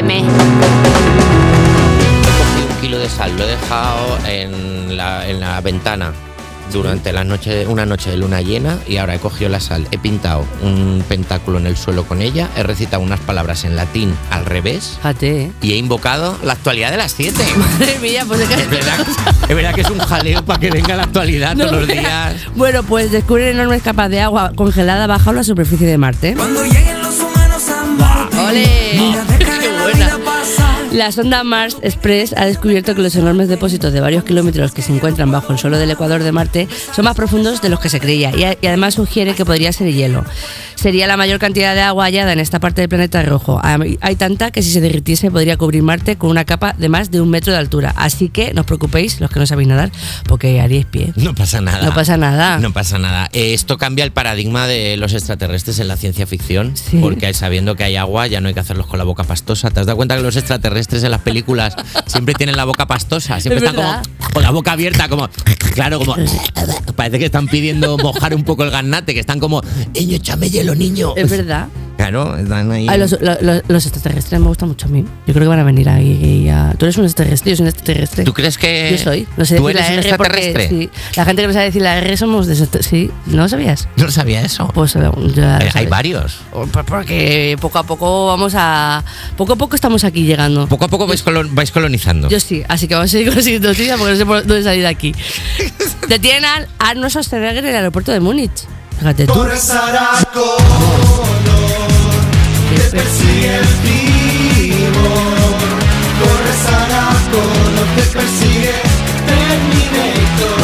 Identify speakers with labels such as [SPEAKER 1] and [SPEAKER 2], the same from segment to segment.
[SPEAKER 1] Dime.
[SPEAKER 2] He cogido un kilo de sal, lo he dejado en la, en la ventana durante la noche, una noche de luna llena y ahora he cogido la sal, he pintado un pentáculo en el suelo con ella, he recitado unas palabras en latín al revés
[SPEAKER 1] Fíjate, ¿eh?
[SPEAKER 2] y he invocado la actualidad de las 7.
[SPEAKER 1] Madre mía, pues es que-
[SPEAKER 2] Es verdad, es verdad que es un jaleo para que venga la actualidad
[SPEAKER 1] No
[SPEAKER 2] todos los
[SPEAKER 1] veas.
[SPEAKER 2] días.
[SPEAKER 1] Bueno, pues descubren enormes capas de agua congelada bajo la superficie de Marte.
[SPEAKER 3] Cuando lleguen los humanos a Marte.
[SPEAKER 1] ¡Ole!
[SPEAKER 3] mira, deja
[SPEAKER 1] ¡Qué
[SPEAKER 3] que la
[SPEAKER 1] buena!
[SPEAKER 3] vida pasa.
[SPEAKER 1] La sonda Mars Express ha descubierto que los enormes depósitos de varios kilómetros que se encuentran bajo el suelo del ecuador de Marte son más profundos de los que se creía y, a- y además sugiere que podría ser hielo. Sería la mayor cantidad de agua hallada en esta parte del planeta rojo. Hay hay tanta que si se derritiese podría cubrir Marte con una capa de más de un metro de altura. Así que no os preocupéis, los que no sabéis nadar, porque haríais pie.
[SPEAKER 2] No pasa nada.
[SPEAKER 1] No pasa nada.
[SPEAKER 2] No pasa nada. Eh, esto cambia el paradigma de los extraterrestres en la ciencia ficción,
[SPEAKER 1] Sí.
[SPEAKER 2] porque sabiendo que hay agua ya no hay que hacerlos con la boca pastosa. ¿Te has dado cuenta que los extraterrestres en las películas siempre tienen la boca pastosa? Siempre
[SPEAKER 1] Es
[SPEAKER 2] están
[SPEAKER 1] verdad.
[SPEAKER 2] como con la boca abierta, como claro, como parece que están pidiendo mojar un poco el garnate, que están como niño, échame hielo, niño.
[SPEAKER 1] Es verdad.
[SPEAKER 2] Claro, están ahí.
[SPEAKER 1] Ay, los, lo- lo- los extraterrestres me gustan mucho a mí. Yo creo que van a venir ahí. a- Tú eres un extraterrestre, yo soy un extraterrestre.
[SPEAKER 2] ¿Tú crees que
[SPEAKER 1] Yo soy. No sé
[SPEAKER 2] tú
[SPEAKER 1] decir
[SPEAKER 2] eres
[SPEAKER 1] la
[SPEAKER 2] un
[SPEAKER 1] R porque
[SPEAKER 2] extraterrestre?
[SPEAKER 1] sí. La gente que me sabe decir la R somos de extrater- Sí, ¿no lo sabías?
[SPEAKER 2] Yo no sabía eso.
[SPEAKER 1] Pues eh, ya lo
[SPEAKER 2] Eh, hay
[SPEAKER 1] sabes.
[SPEAKER 2] varios.
[SPEAKER 1] O- por- Porque poco a poco vamos a. Poco a poco estamos aquí llegando.
[SPEAKER 2] Poco a poco vais, colon- vais colonizando.
[SPEAKER 1] Yo sí, así que vamos a seguir consiguiendo noticias porque no sé por dónde salir de aquí. Detienen al Arnold Schwarzenegger en el aeropuerto de Múnich. Fíjate tú. Muy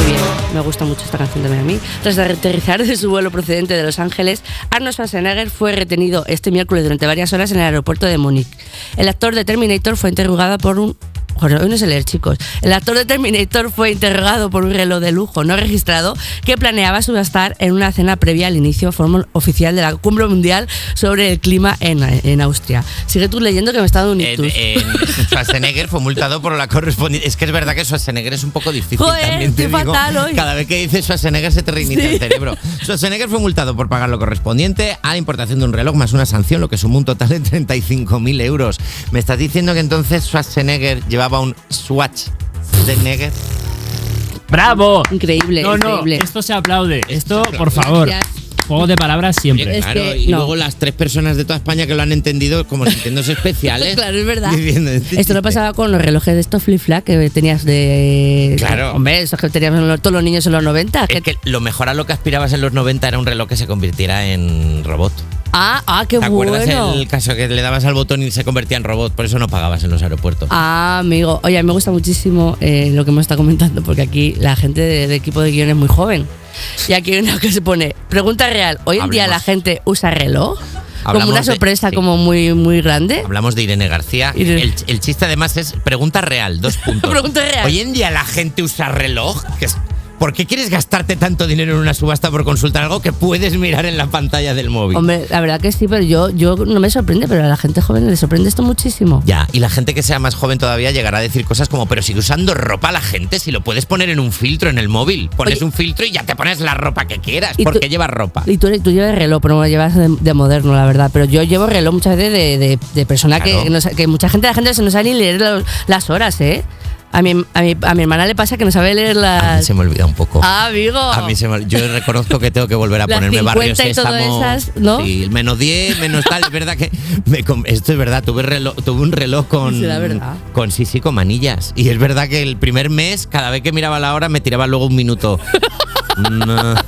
[SPEAKER 1] bien, me gusta mucho esta canción también a mí. Tras aterrizar de su vuelo procedente de Los Ángeles, Arnold Schwarzenegger fue retenido este miércoles durante varias horas en el aeropuerto de Múnich. El actor de Terminator fue interrogado por un... Joder, hoy no sé leer, chicos. El actor de Terminator fue interrogado por un reloj de lujo no registrado que planeaba subastar en una cena previa al inicio formal oficial de la cumbre mundial sobre el clima en, en Austria. Sigue tú leyendo que me está dando un
[SPEAKER 2] Eh,
[SPEAKER 1] ictus.
[SPEAKER 2] eh, Schwarzenegger fue multado por la correspondiente. Es que es verdad que Schwarzenegger es un poco difícil.
[SPEAKER 1] Joder,
[SPEAKER 2] también te
[SPEAKER 1] estoy
[SPEAKER 2] digo.
[SPEAKER 1] fatal hoy.
[SPEAKER 2] Cada vez que dice Schwarzenegger se te reinita el cerebro. Schwarzenegger fue multado por pagar lo correspondiente a la importación de un reloj más una sanción, lo que sumó un total de 35.000 euros. ¿Me estás diciendo que entonces Schwarzenegger llevaba un Swatch? Schwarzenegger?
[SPEAKER 4] ¡Bravo!
[SPEAKER 1] Increíble,
[SPEAKER 4] No, no,
[SPEAKER 1] increíble.
[SPEAKER 4] esto se aplaude. Esto,
[SPEAKER 2] se
[SPEAKER 4] por
[SPEAKER 2] aplaude.
[SPEAKER 4] favor.
[SPEAKER 1] Gracias.
[SPEAKER 4] Juego de palabras siempre.
[SPEAKER 1] Es
[SPEAKER 2] claro,
[SPEAKER 1] que
[SPEAKER 2] y
[SPEAKER 1] no.
[SPEAKER 2] luego las tres personas de toda España que lo han entendido como sintiéndose especiales.
[SPEAKER 1] Claro, es verdad.
[SPEAKER 2] diciendo, "Este
[SPEAKER 1] Esto no
[SPEAKER 2] chiste".
[SPEAKER 1] pasaba con los relojes de estos flip-flap que tenías de.
[SPEAKER 2] Claro.
[SPEAKER 1] Hombre, esos que tenían los- todos los niños en los 90. que-
[SPEAKER 2] Es que lo mejor a lo que aspirabas en los 90 era un reloj que se convirtiera en robot.
[SPEAKER 1] Ah, ah, qué
[SPEAKER 2] ¿Te acuerdas
[SPEAKER 1] bueno.
[SPEAKER 2] el caso que le dabas al botón y se convertía en robot? Por eso no pagabas en los aeropuertos.
[SPEAKER 1] Ah, amigo. Oye, a mí me gusta muchísimo eh, lo que me está comentando, porque aquí la gente de- del equipo de guión es muy joven. Y aquí hay una que se pone: pregunta real. ¿Hoy en día la
[SPEAKER 2] Hablemos.
[SPEAKER 1] gente usa reloj? como
[SPEAKER 2] Hablamos
[SPEAKER 1] una
[SPEAKER 2] de-
[SPEAKER 1] sorpresa,
[SPEAKER 2] sí.
[SPEAKER 1] como muy, muy grande.
[SPEAKER 2] Hablamos de Irene García.
[SPEAKER 1] Irene.
[SPEAKER 2] El, el chiste además es pregunta real, dos puntos.
[SPEAKER 1] Pregunta real.
[SPEAKER 2] Hoy en día la gente usa reloj. que es- ¿Por qué quieres gastarte tanto dinero en una subasta por consultar algo que puedes mirar en la pantalla del móvil?
[SPEAKER 1] Hombre, la verdad que sí, pero yo, yo no me sorprende, pero a la gente joven le sorprende esto muchísimo.
[SPEAKER 2] Ya, y la gente que sea más joven todavía llegará a decir cosas como, pero sigue usando ropa la gente si lo puedes poner en un filtro en el móvil. Pones
[SPEAKER 1] Oye.
[SPEAKER 2] un filtro y ya te pones la ropa que quieras.
[SPEAKER 1] Y
[SPEAKER 2] porque
[SPEAKER 1] tú-
[SPEAKER 2] llevas ropa?
[SPEAKER 1] Y tú, eres- tú llevas reloj, pero no lo llevas de, de moderno, la verdad. Pero yo llevo reloj muchas veces de, de- de persona que-
[SPEAKER 2] Claro.
[SPEAKER 1] que, no sa- que mucha gente, la gente se no sabe ni leer los- las horas, ¿eh? A mi, a, mi, a mi hermana le pasa que no sabe leer
[SPEAKER 2] A mí
[SPEAKER 1] las.
[SPEAKER 2] se me olvida un poco.
[SPEAKER 1] Ah, amigo.
[SPEAKER 2] A mí se me- yo reconozco que tengo que volver a
[SPEAKER 1] Las
[SPEAKER 2] ponerme
[SPEAKER 1] 50
[SPEAKER 2] barrios
[SPEAKER 1] y todo esas, ¿no?
[SPEAKER 2] Sí, menos 10, menos tal. Es verdad que. me com- esto es verdad, tuve, reloj- tuve un reloj con.
[SPEAKER 1] Será verdad.
[SPEAKER 2] Con sí, sí, con manillas. Y es verdad que el primer mes, cada vez que miraba la hora, me tiraba luego un minuto. Una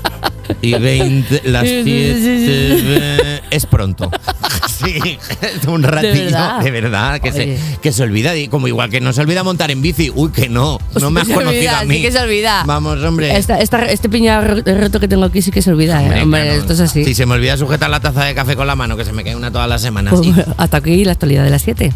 [SPEAKER 2] y 20, las
[SPEAKER 1] Sí, sí, sí,
[SPEAKER 2] 7. Es pronto. Sí, un ratillo. De
[SPEAKER 1] verdad.
[SPEAKER 2] verdad, que, se,
[SPEAKER 1] Oye.
[SPEAKER 2] que se olvida. y Como igual que no se olvida montar en bici. Uy, que no. No me has
[SPEAKER 1] Se
[SPEAKER 2] conocido
[SPEAKER 1] olvida,
[SPEAKER 2] a mí.
[SPEAKER 1] sí que se olvida.
[SPEAKER 2] Vamos, hombre.
[SPEAKER 1] Esta- esta- este piñado roto que tengo aquí sí que se olvida, ¿eh?
[SPEAKER 2] Hombre,
[SPEAKER 1] Hombre,
[SPEAKER 2] claro.
[SPEAKER 1] esto es así.
[SPEAKER 2] Si se me olvida sujetar la taza de café con la mano, que se me cae una todas las semanas.
[SPEAKER 1] Pues bueno, hasta aquí la actualidad de las 7.